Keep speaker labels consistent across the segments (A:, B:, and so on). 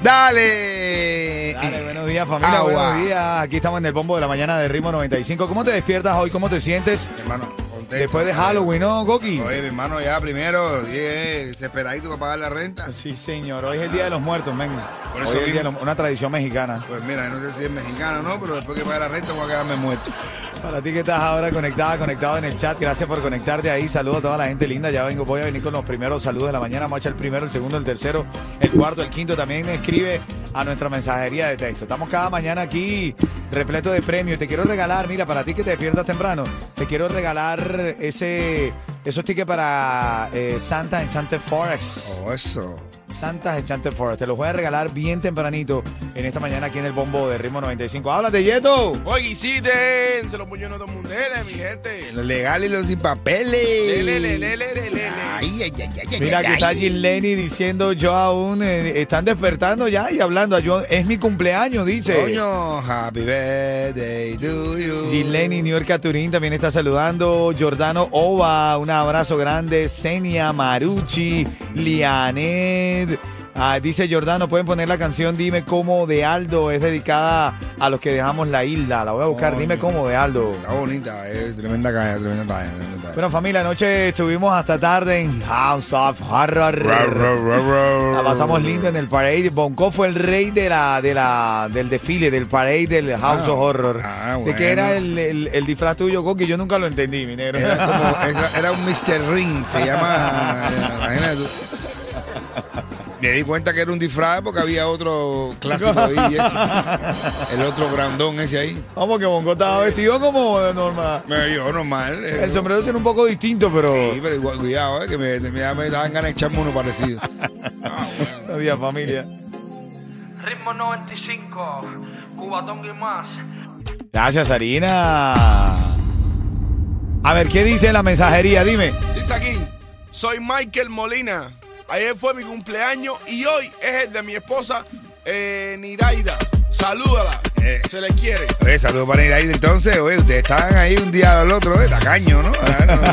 A: Dale. Eh,
B: Dale, buenos días familia,
A: Agua.
B: buenos días. Aquí estamos en el bombo de la mañana de Ritmo 95. ¿Cómo te despiertas hoy? ¿Cómo te sientes
A: Mi hermano, contento.
B: después de Halloween, no, Goki?
A: Oye, mi hermano, ya primero, dije, desesperadito para pagar la renta.
B: Sí, señor. Hoy es el Día de los Muertos, venga.
A: Por eso
B: Hoy es el día de
A: mismo.
B: los- una tradición mexicana.
A: Pues mira, no sé si es mexicano o no, pero después que pague la renta voy a quedarme muerto.
B: Para ti que estás ahora conectada, conectado en el chat, gracias por conectarte ahí. Saludos a toda la gente linda. Ya vengo, voy a venir con los primeros saludos de la mañana. Vamos a echar el primero, el segundo, el tercero, el cuarto, el quinto. También escribe a nuestra mensajería de texto. Estamos cada mañana aquí repleto de premios. Te quiero regalar, mira, para ti que te despiertas temprano, te quiero regalar ese esos tickets para eh, Santa Enchanted Forest.
A: Oh, eso.
B: Santas Enchanted Forest. Te los voy a regalar bien tempranito en esta mañana aquí en el bombo de Ritmo 95. ¡Háblate, Yeto!
C: Oye, hiciste, se los puñó en otros mundeles, mi gente.
A: Los legales y los sin papeles.
C: Lele, lele, lele, lele.
A: Ay, ay, ay, ay, ay,
B: Mira,
A: ay,
B: aquí está
A: ay.
B: Gileni diciendo, yo aún, eh, están despertando ya y hablando, yo, es mi cumpleaños, dice.
A: Coño, happy birthday to you.
B: Gileni, New York Caturín también está saludando. Giordano Ova, un abrazo grande. Senia Marucci, Lianet. Ah, dice Giordano, pueden poner la canción Dime cómo de Aldo. Es dedicada a los que dejamos la isla. La voy a buscar,
A: Coño.
B: dime cómo de Aldo.
A: Está bonita, eh, tremenda caja, tremenda talla, tremenda talla.
B: Bueno, familia, anoche estuvimos hasta tarde en House of Horror. La
A: Mm.
B: pasamos lindo en el parade. Bonco fue el rey de la, de la, del desfile, del parade del House
A: Ah,
B: of Horror.
A: ah,
B: De
A: bueno.
B: que era el, el- el disfraz tuyo, Coqui. Yo nunca lo entendí, mi negro.
A: Era, como, era, era un Mr. Ring, se llama. imagínate tú. Me di cuenta que era un disfraz porque había otro clásico ahí. y eso. El otro grandón ese ahí.
B: Vamos, que Bonco estaba vestido como de normal.
A: Me yo normal. eh,
B: El sombrero tiene un poco distinto, pero.
A: Sí, pero igual, cuidado, eh, que me, me, me daban ganas de echarme uno parecido. Ah, bueno.
B: Buenos días, familia.
D: Ritmo 95, Cubatón y más.
B: Gracias, Sarina. A ver, ¿qué dice la mensajería? Dime.
C: Dice aquí, soy Michael Molina. Ayer fue mi cumpleaños y hoy es el de mi esposa eh, Niraida. Salúdala,
A: Eh.
C: se le quiere.
A: Oye, saludos para ir ahí entonces. Oye, ustedes estaban ahí un día al otro, ¿eh? Tacaño, ¿no?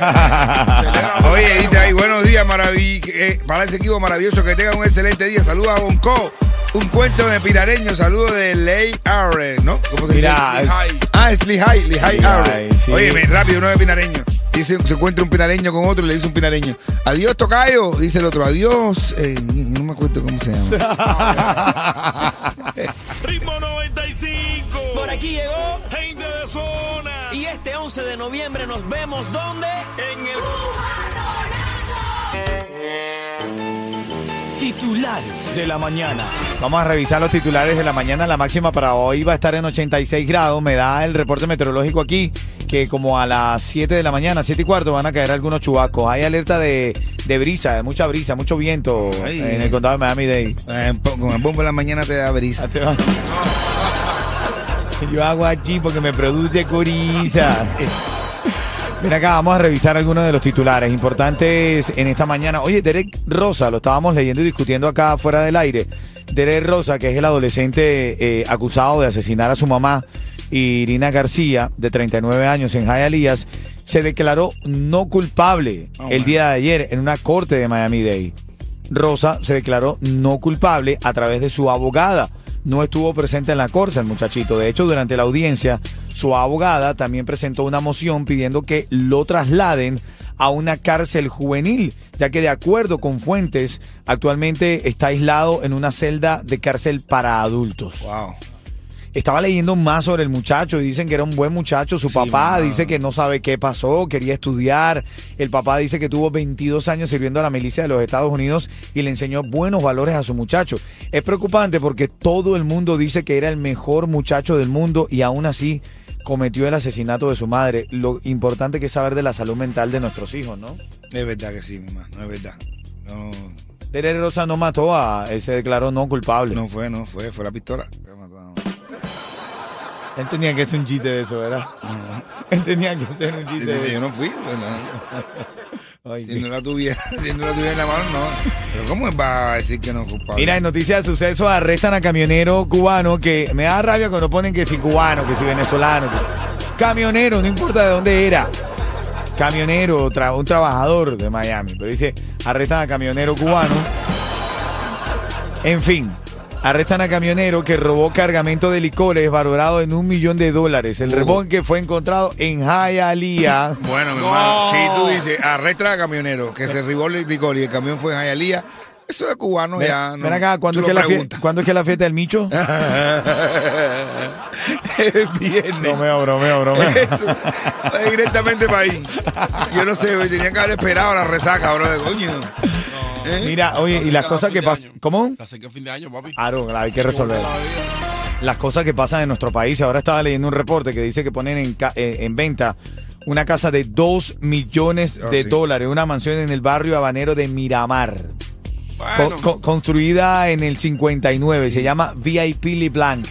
A: Ah, no. Oye, dice ahí, buenos días, maravi- eh, para ese equipo maravilloso, que tengan un excelente día. Saludos a Bonco. Un cuento de pirareño, saludos de Ley Ares, ¿no? ¿Cómo se
B: Mira,
A: dice? Ah, es Lehigh, Lehigh
B: Lehigh,
A: Ares.
B: sí.
A: Oye, ven, rápido, uno de pinareño. Dice, se encuentra un pinareño con otro y le dice un pinareño. Adiós, Tocayo. Dice el otro, adiós. eh, no me acuerdo cómo se llama.
E: Ritmo 95.
D: Por aquí llegó
E: Gente de zona.
D: y este 11 de noviembre nos vemos donde en el
F: Titulares de la mañana.
B: Vamos a revisar los titulares de la mañana. La máxima para hoy va a estar en 86 grados. Me da el reporte meteorológico aquí que como a las 7 de la mañana, 7 y cuarto, van a caer algunos chubascos. Hay alerta de, de brisa, de mucha brisa, mucho viento
A: Ay.
B: en el condado de Miami-Dade.
A: Eh, con el bombo de la mañana te da brisa.
B: Yo hago aquí porque me produce coriza. Ven acá, vamos a revisar algunos de los titulares importantes en esta mañana. Oye, Derek Rosa, lo estábamos leyendo y discutiendo acá fuera del aire. Derek Rosa, que es el adolescente eh, acusado de asesinar a su mamá, Irina García, de 39 años, en Hialeah, se declaró no culpable
A: Ah,
B: el
A: bueno.
B: día de ayer en una corte de Miami-Dade. Rosa se declaró no culpable a través de su abogada. No estuvo presente en la corte el muchachito. De hecho, durante la audiencia, su abogada también presentó una moción pidiendo que lo trasladen a una cárcel juvenil, ya que de acuerdo con fuentes, actualmente está aislado en una celda de cárcel para adultos.
A: Wow.
B: Estaba leyendo más sobre el muchacho y dicen que era un buen muchacho. Su papá dice que no sabe qué pasó, quería estudiar. El papá dice que tuvo 22 años sirviendo a la milicia de los Estados Unidos y le enseñó buenos valores a su muchacho. Es preocupante porque todo el mundo dice que era el mejor muchacho del mundo y aún así cometió el asesinato de su madre. Lo importante que es saber de la salud mental de nuestros hijos, ¿no?
A: Es verdad que sí, mi hermano, es verdad. No,
B: Tere Rosa no mató a. Él se declaró no culpable.
A: No fue, no fue, fue la pistola. No, no, no.
B: Entendían que es un chiste de eso, ¿verdad? Entendían que eso era un chiste de
A: Yo
B: eso.
A: no fui. pues, no.
B: Ay,
A: Si no la tuviera, si no la tuviera en la mano, no. Pero ¿cómo va a decir que no es culpable?
B: Mira, en noticias de suceso arrestan a camionero cubano que me da rabia cuando ponen que si cubano, que si venezolano, que si... camionero, no importa de dónde era. Camionero, tra- un trabajador de Miami, pero dice, arrestan a camionero cubano. En fin, arrestan a camionero que robó cargamento de licores valorado en un millón de dólares.
A: Uh.
B: El remolque fue encontrado en Hialeah.
A: Bueno, mi hermano, si tú dices, arresta a camionero, que se ribó el licor y el camión fue en Jayalía, eso de cubano
B: Ven,
A: ya no.
B: ven acá, ¿cuándo es,
A: tú
B: que
A: lo
B: la fie-
A: preguntas.
B: ¿cuándo es que la fiesta del Micho?
A: Es viernes.
B: bromeo, bromeo, bromeo.
A: Eso, fue directamente para ahí. Yo no sé, tenía que haber esperado la resaca, bro, de coño. ¿Eh?
B: Mira, oye, y las cosas que pasan. ¿Cómo?
C: Se acerca el fin de año, papi.
B: Aaron, la hay que resolver. Las cosas que pasan en nuestro país. Ahora estaba leyendo un reporte que dice que ponen en, ca- eh, en venta una casa de 2 millones
A: Ah,
B: de
A: sí.
B: dólares, una mansión en el barrio habanero de Miramar,
C: Bueno,
B: con- con- construida en el 59. Se llama VIP LeBlanc.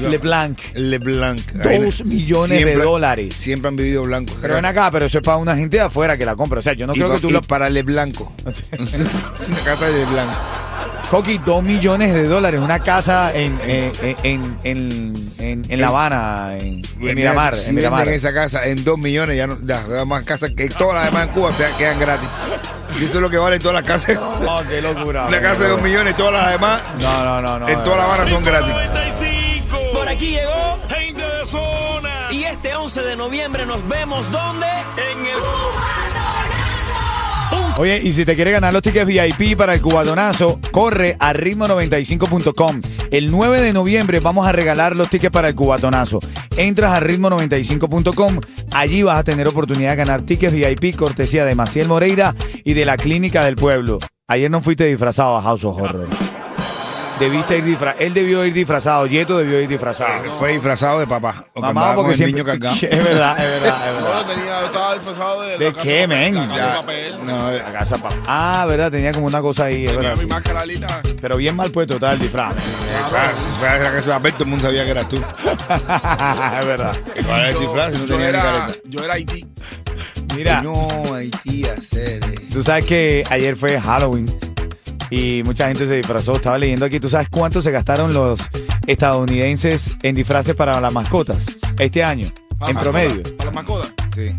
A: Ya.
B: LeBlanc.
A: LeBlanc.
B: Dos millones de dólares.
A: Siempre han vivido blancos.
B: Pero ven acá, pero eso es para una gente de afuera que la compra. O sea, yo no
A: Y
B: creo
A: pa-
B: que tú
A: y
B: lo...
A: para LeBlanco. es una casa de LeBlanc.
B: Coqui, 2 millones de dólares, una casa en, eh, en, en- en- en La Habana, en, en
A: Mira,
B: Miramar.
A: si
B: en Miramar.
A: venden esa casa en 2 millones, ya no, las demás casas que todas las demás en Cuba se quedan gratis. Y eso es lo que valen todas las casas. en Cuba.
B: Oh, qué locura.
A: Una
B: hombre.
A: casa de 2 millones, todas las demás
B: No, no, no, no.
A: en toda La Habana son gratis.
E: 95.
D: Por aquí llegó.
E: Gente de zona.
D: Y este 11 de noviembre nos vemos donde? En el...
B: Oye, y si te quieres ganar los tickets VIP para el cubatonazo, corre a ritmo95.com. El 9 de noviembre vamos a regalar los tickets para el cubatonazo. Entras a ritmo95.com, allí vas a tener oportunidad de ganar tickets VIP cortesía de Maciel Moreira y de la Clínica del Pueblo. Ayer no fuiste disfrazado a House of Horror. Debiste ir disfrazado. Él debió ir disfrazado, Yeto debió ir
A: Eh,
B: disfrazado.
A: Fue disfrazado de papá. O que andaba
B: Ah. Mamá,
A: con
B: porque
A: el
B: siempre...
A: niño cargado.
B: Es verdad, es verdad, es verdad.
C: yo tenía, yo estaba disfrazado de. la
B: ¿De
C: casa
B: qué,
C: papel,
B: men?
C: la casa
A: Ya,
C: papel.
A: no, eh,
B: La casa pa- Ah, verdad, tenía como una cosa ahí, es
C: Tenía
B: verdad.
C: mi
B: sí.
C: máscara lila.
B: Pero bien mal puesto está el disfraz.
A: claro, si fuera Ah, la casa de papel, todo el mundo sabía que eras tú.
B: es verdad.
A: ¿Cuál era el disfraz? Si no
C: yo,
A: tenía ni
C: era,
A: careta.
C: yo era Haití.
B: Mira,
A: No, Haití, hacer. eh.
B: tú sabes que ayer fue Halloween y mucha gente se disfrazó. Estaba leyendo aquí, ¿tú sabes cuánto se gastaron los estadounidenses en disfraces para las mascotas este año?
C: Para
A: Ah,
B: En
C: la
B: promedio.
C: mascota, Para la mascota.
A: Sí.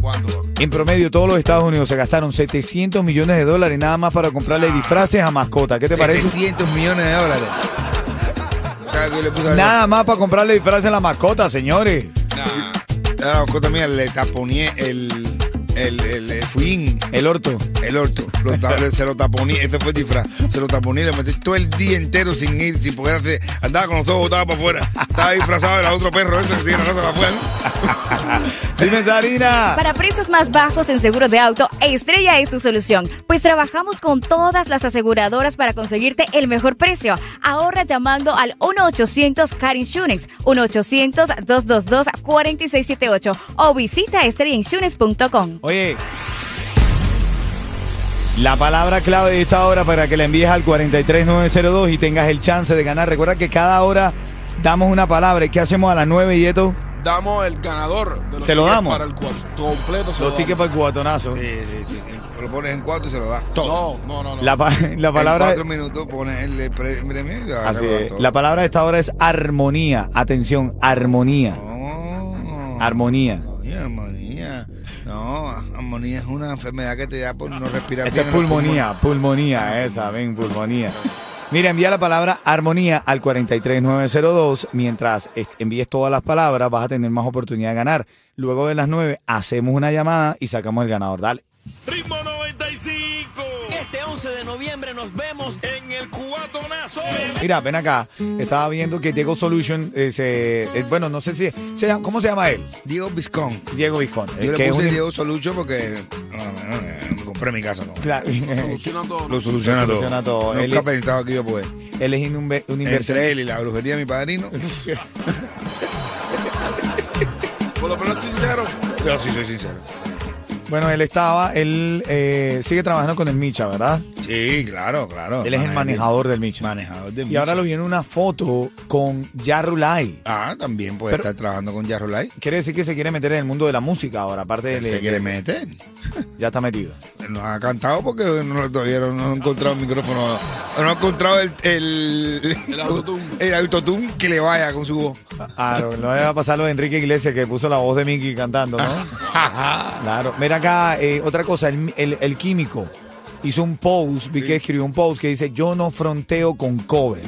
C: ¿Cuánto, papi?
B: En promedio, todos los Estados Unidos se gastaron 700 millones de dólares nada más para comprarle disfraces a mascotas. ¿Qué te parece?
A: 700 millones de dólares. ¿Sabes qué le puse a
B: Nada más para comprarle disfraces a las mascotas, señores.
C: Nah.
A: Era la mascota mía, le taponé el, el, el, el fuín,
B: El orto.
A: el orto. Lo ta- le- se lo taponé, este fue el disfraz. Se lo taponé y le metí todo el día entero sin ir, sin poder hacer. Andaba con los ojos botados para afuera. Estaba disfrazado del otro perro ese que tiene la raza para afuera.
B: Dime, Sarina.
G: Para precios más bajos en seguros de auto, Estrella es tu solución, pues trabajamos con todas las aseguradoras para conseguirte el mejor precio. Ahorra llamando al 1-800 Car Insurance, 1-800-222-4678 o visita estrellainsurance.com.
B: Oye. La palabra clave de esta hora para que la envíes al 43902 y tengas el chance de ganar. Recuerda que cada hora damos una palabra. ¿Y ¿Qué hacemos a las 9 y esto?
C: Damos el ganador. De los
B: ¿Se lo
C: tickets
B: damos?
C: Para el cuarto. Completo. Se
B: Los
C: lo
B: tickets para el cubatonazo.
A: Sí, sí, sí. Lo pones en cuatro y se lo das todo.
C: damos. No, no, no. no.
B: La, pa- la
A: En
B: palabra,
A: cuatro minutos pones el pre- premio y lo das
B: así es.
A: todo.
B: la palabra de esta hora es armonía. Atención, armonía.
A: Oh.
B: Armonía.
A: Oye, armonía. No, armonía es una enfermedad que te da por no respirar
B: Esta es
A: bien en los pulmones.
B: pulmonía, pulmonía, esa, ven, pulmonía. Mira, envía la palabra armonía al 43902. Mientras eh, envíes todas las palabras, vas a tener más oportunidad de ganar. Luego de las 9, hacemos una llamada y sacamos el ganador. Dale.
E: Ritmo 95.
D: Este 11 de noviembre nos vemos
E: En el cubatonazo.
B: Mira, ven acá. Estaba viendo que Diego Solution, eh, se- eh, bueno, no sé si, se llama- ¿cómo se llama él?
A: Diego Viscón.
B: Diego Vizcón. eh,
A: Yo
B: que
A: le
B: es
A: puse
B: un-
A: Diego Solucho porque no, no, no, no, no, compré mi casa. No.
B: Claro,
C: Soluciona todo.
A: Lo soluciona,
B: Lo
A: todo.
B: soluciona todo.
A: Nunca
B: Él-
A: pensaba que iba a poder.
B: él es inunve- un inversor.
A: Entre él y la brujería de mi padrino.
C: Por lo menos sincero.
A: Yo sí soy sincero.
B: Bueno, él estaba, él eh, sigue trabajando con el Micha, ¿verdad?
A: Sí, claro, claro.
B: Él es el manejador del Micho.
A: Ah, Manejador del
B: Y ahora
A: Micho.
B: lo vi en una foto con Yarulay.
A: Ah, también puede
B: Pero-
A: estar trabajando con Jarro Light.
B: Quiere decir que se quiere meter en el mundo de la música ahora, aparte de...
A: Se quiere meter.
B: Ya está metido.
A: Nos ha cantado porque no, todavía no, no ha encontrado el micrófono. No ha encontrado el, el,
C: El autotune.
A: el autotune que le vaya con su voz.
B: Ah, no, no le va a pasar lo de Enrique Iglesias que puso la voz de Mickey cantando, ¿no? Claro. Mira acá, eh, otra cosa, el, el- el químico hizo un post, vi que escribió un post que dice, yo no fronteo con cover.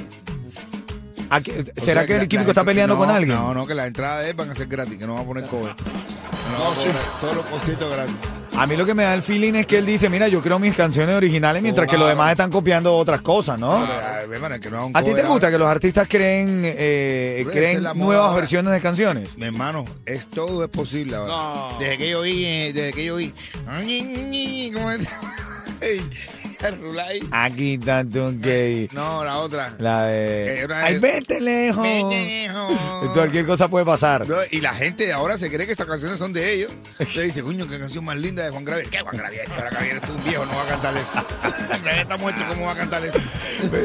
B: ¿A qué-
A: O
B: ¿Será
A: sea,
B: que
A: la-
B: el
A: la
B: químico está
A: gente-
B: peleando
A: no,
B: con alguien?
A: No, no, que las entradas de él van a ser gratis, que no va a poner cover. No, va a poner todos los conciertos gratis.
B: A mí lo que me da el feeling es que él dice, mira, yo creo mis canciones originales mientras que los demás están copiando otras cosas, ¿no?
A: Ay, ve, mano, que no haga un
B: ¿A ti te
A: cover
B: gusta
A: ahora.
B: que los artistas creen, eh,
A: Pero esa
B: creen
A: es la moda
B: nuevas
A: ahora.
B: versiones de canciones?
A: Mi hermano, es todo es posible ahora.
C: No.
A: Desde que yo vi, eh, desde que yo vi. Ah, ¿Cómo es? Ey, Rulay.
B: Aquí tanto gay.
A: No, la otra.
B: La de.
A: Eh, una
B: ¡Ay,
A: vez-
B: vete lejos! Eh,
A: Vete lejos.
B: Cualquier cosa puede pasar.
A: No, y la gente ahora se cree que estas canciones son de ellos. Le dice, coño, qué canción más linda de Juan Gabriel. ¿Qué Juan Gabriel? Juan Gabriel es un viejo, no va a cantar eso. Juan Gabriel está muerto, ¿cómo va a cantar eso?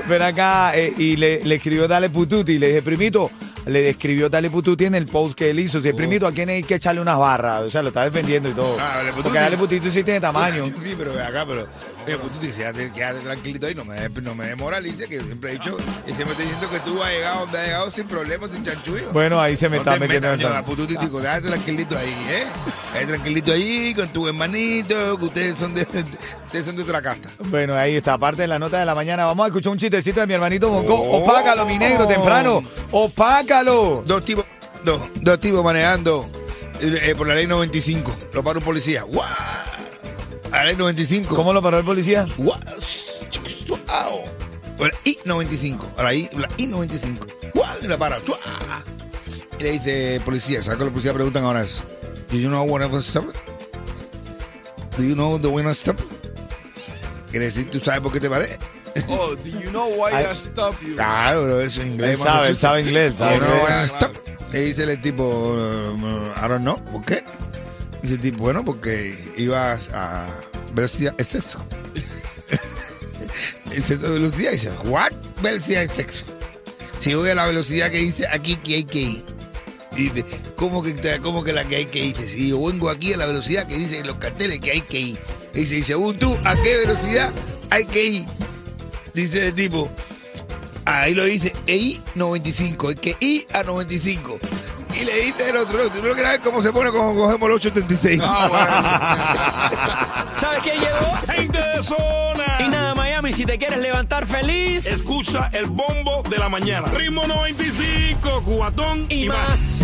B: Ven acá eh, y le, le escribió Dale Pututi. Le dije, primito, le escribió Dale Pututi en el post que él hizo. Dice, primito, ¿a quién hay que echarle unas barras? O sea, lo está defendiendo y todo.
A: Oh. Ah, Dale Pututi.
B: Porque Dale Pututi sí tiene tamaño.
A: Sí, pero ve acá, pero. Oye, pues tú dices, quédate, quédate tranquilito ahí, no me, des- no me desmoralices, que yo siempre he dicho, y siempre estoy diciendo que tú has llegado donde has llegado sin problemas, sin chanchullo.
B: Bueno, ahí se me
A: no
B: está
A: te
B: metiendo
A: metas,
B: en
A: niño, la puta, tú, tico, quédate tranquilito ahí, ¿eh? Quédate tranquilito ahí con tu hermanito, que ustedes son de, ustedes son de otra casta.
B: Bueno, ahí está, parte de la nota de la mañana. Vamos a escuchar un chistecito de mi hermanito Bonco.
A: Oh.
B: Opácalo, mi negro, temprano. Opácalo.
A: Dos tipos, dos, dos tipos manejando eh, eh, por la ley 95. Lo para un policía. ¡Guau! La ley 95.
B: ¿Cómo lo paró el policía?
A: ¡Guau! ¡Guau! Por la I-95. Por ahí, la I-95. ¡Guau! Y la para. ¡Guau! Y le dice policía. ¿Sabes que los policías preguntan ahora? es, ¿Do you know when I was stopped? ¿Do you know the when I was stopped? Quiere decir, ¿tú sabes por qué te paré?
C: Oh, do you know why I, stopped you?
A: Claro, pero eso es inglés.
B: Él sabe, él
A: Massachusetts.
B: sabe inglés. sabe
A: Y no,
B: inglés.
A: bueno, stop. Le dice el tipo, I don't know, ¿por qué? Dice el tipo, bueno, porque ibas a velocidad exceso. exceso de velocidad. Dice, ¿what? Velocidad exceso. Si voy a la velocidad que dice aquí que hay que ir. Dice, ¿cómo que, te- cómo que la que hay que ir? Dice, si yo vengo aquí a la velocidad que dicen los carteles que hay que ir. Dice, y según tú, ¿a qué velocidad hay que ir? Dice el tipo, Ahí lo dice I-95, el que I a 95. Y le dice el otro, tú no quieres ver cómo se pone cuando cogemos el 836.
B: Ah,
H: ¿Sabes quién llegó?
E: Gente de
H: Y
E: zona.
H: nada, Miami, si te quieres levantar feliz.
E: Escucha el bombo de la mañana. Ritmo 95, cuatón y,
H: Y
E: más.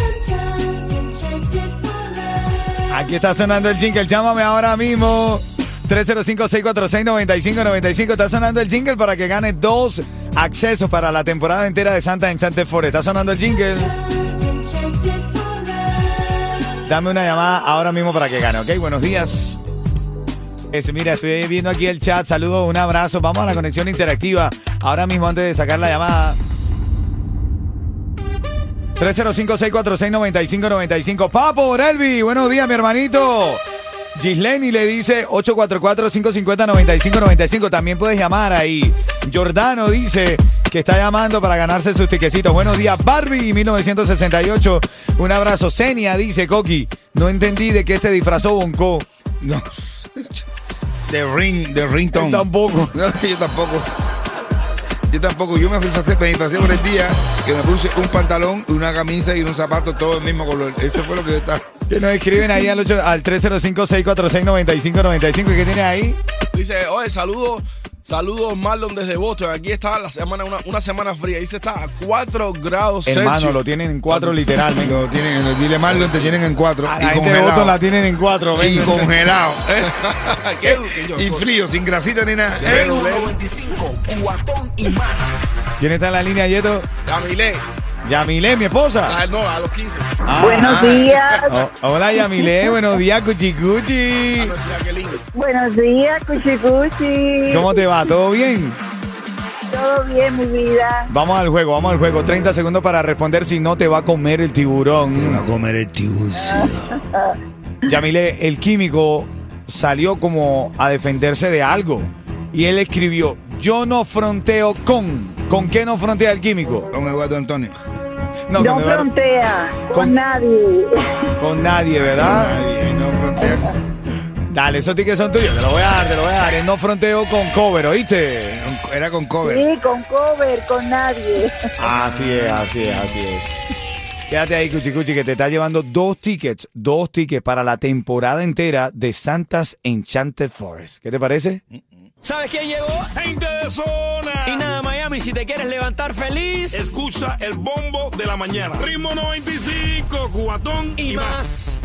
B: Aquí está sonando el jingle, llámame ahora mismo. 305-646-9595. Está sonando el jingle para que gane dos accesos para la temporada entera de Santa en Santa Forest. Está sonando el jingle. Dame una llamada ahora mismo para que gane, ¿ok? Buenos días. Es- mira, estoy viendo aquí el chat. Saludos, un abrazo. Vamos a la conexión interactiva. Ahora mismo antes de sacar la llamada. 305-646-9595. Papo Borelvi, buenos días, mi hermanito. Gisleni le dice 844-550-9595. También puedes llamar ahí. Jordano dice que está llamando para ganarse sus tiquecitos. Buenos días, Barbie 1968. Un abrazo. Senia dice, Coqui, no entendí de qué se disfrazó Bonco.
A: No. The ring, the ringtone.
B: Tampoco.
A: No, yo tampoco. Yo tampoco. Yo me disfrazé, me disfracé por el día que me puse un pantalón, una camisa y unos zapatos todo el mismo color. Eso fue lo que yo estaba.
B: Que nos escriben ahí al, ocho- al 305-646-9595. ¿Y qué tiene ahí?
C: Dice, oye, saludos, saludos Marlon desde Boston. Aquí está la semana, una, una semana fría. Dice, está a 4 grados
B: Hermano,
C: Celsius.
B: lo tienen en cuatro literalmente.
A: Lo tienen, lo- dile Marlon, te tienen en cuatro.
B: A
A: y
B: la gente de Boston la
A: congelado.
B: tienen en cuatro.
A: Y
B: venga.
A: congelado.
C: Qué- qué yo-
A: y frío, sin grasita ni nada.
C: Ven, ven.
E: 95, cuatón y más.
B: ¿Quién está en la línea, Yeto?
C: Yamile.
B: Yamile, mi esposa.
C: Ah, no, a los 15.
B: Ah.
I: Buenos días,
B: Oh, hola, Yamile. Buenos días, Cuchi
C: Ah,
B: Cuchi.
C: no, sí, qué lindo.
I: buenos días, Cuchicuchi.
B: ¿Cómo te va? ¿Todo bien?
I: Todo bien, mi vida.
B: Vamos al juego, vamos al juego. 30 segundos para responder si no te va a comer el tiburón.
A: a comer el tiburcio.
B: Yamile, el químico salió como a defenderse de algo. y él escribió, yo no fronteo con. ¿Con qué no frontea el químico?
A: Don Eduardo Antonio.
B: No,
I: No
B: con, Eduardo-
I: frontea
B: Con-
I: con nadie.
B: con nadie, ¿verdad?
A: Nadie, no frontea.
B: Dale, esos tickets son tuyos, te lo voy a dar, te lo voy a dar. El no fronteo con cover, ¿oíste?
A: Con- Era con cover.
I: Sí, con cover, con nadie.
B: Así es, así es, así es. Quédate ahí, Cuchi Cuchi, que te está llevando dos tickets, dos tickets para la temporada entera de Santas Enchanted Forest. ¿Qué te parece?
H: ¿Sabes quién llegó?
E: Gente de zona.
H: Y nada, Miami, si te quieres levantar feliz
E: Escucha el bombo de la mañana. Ritmo 95, cuatón y,
H: y más.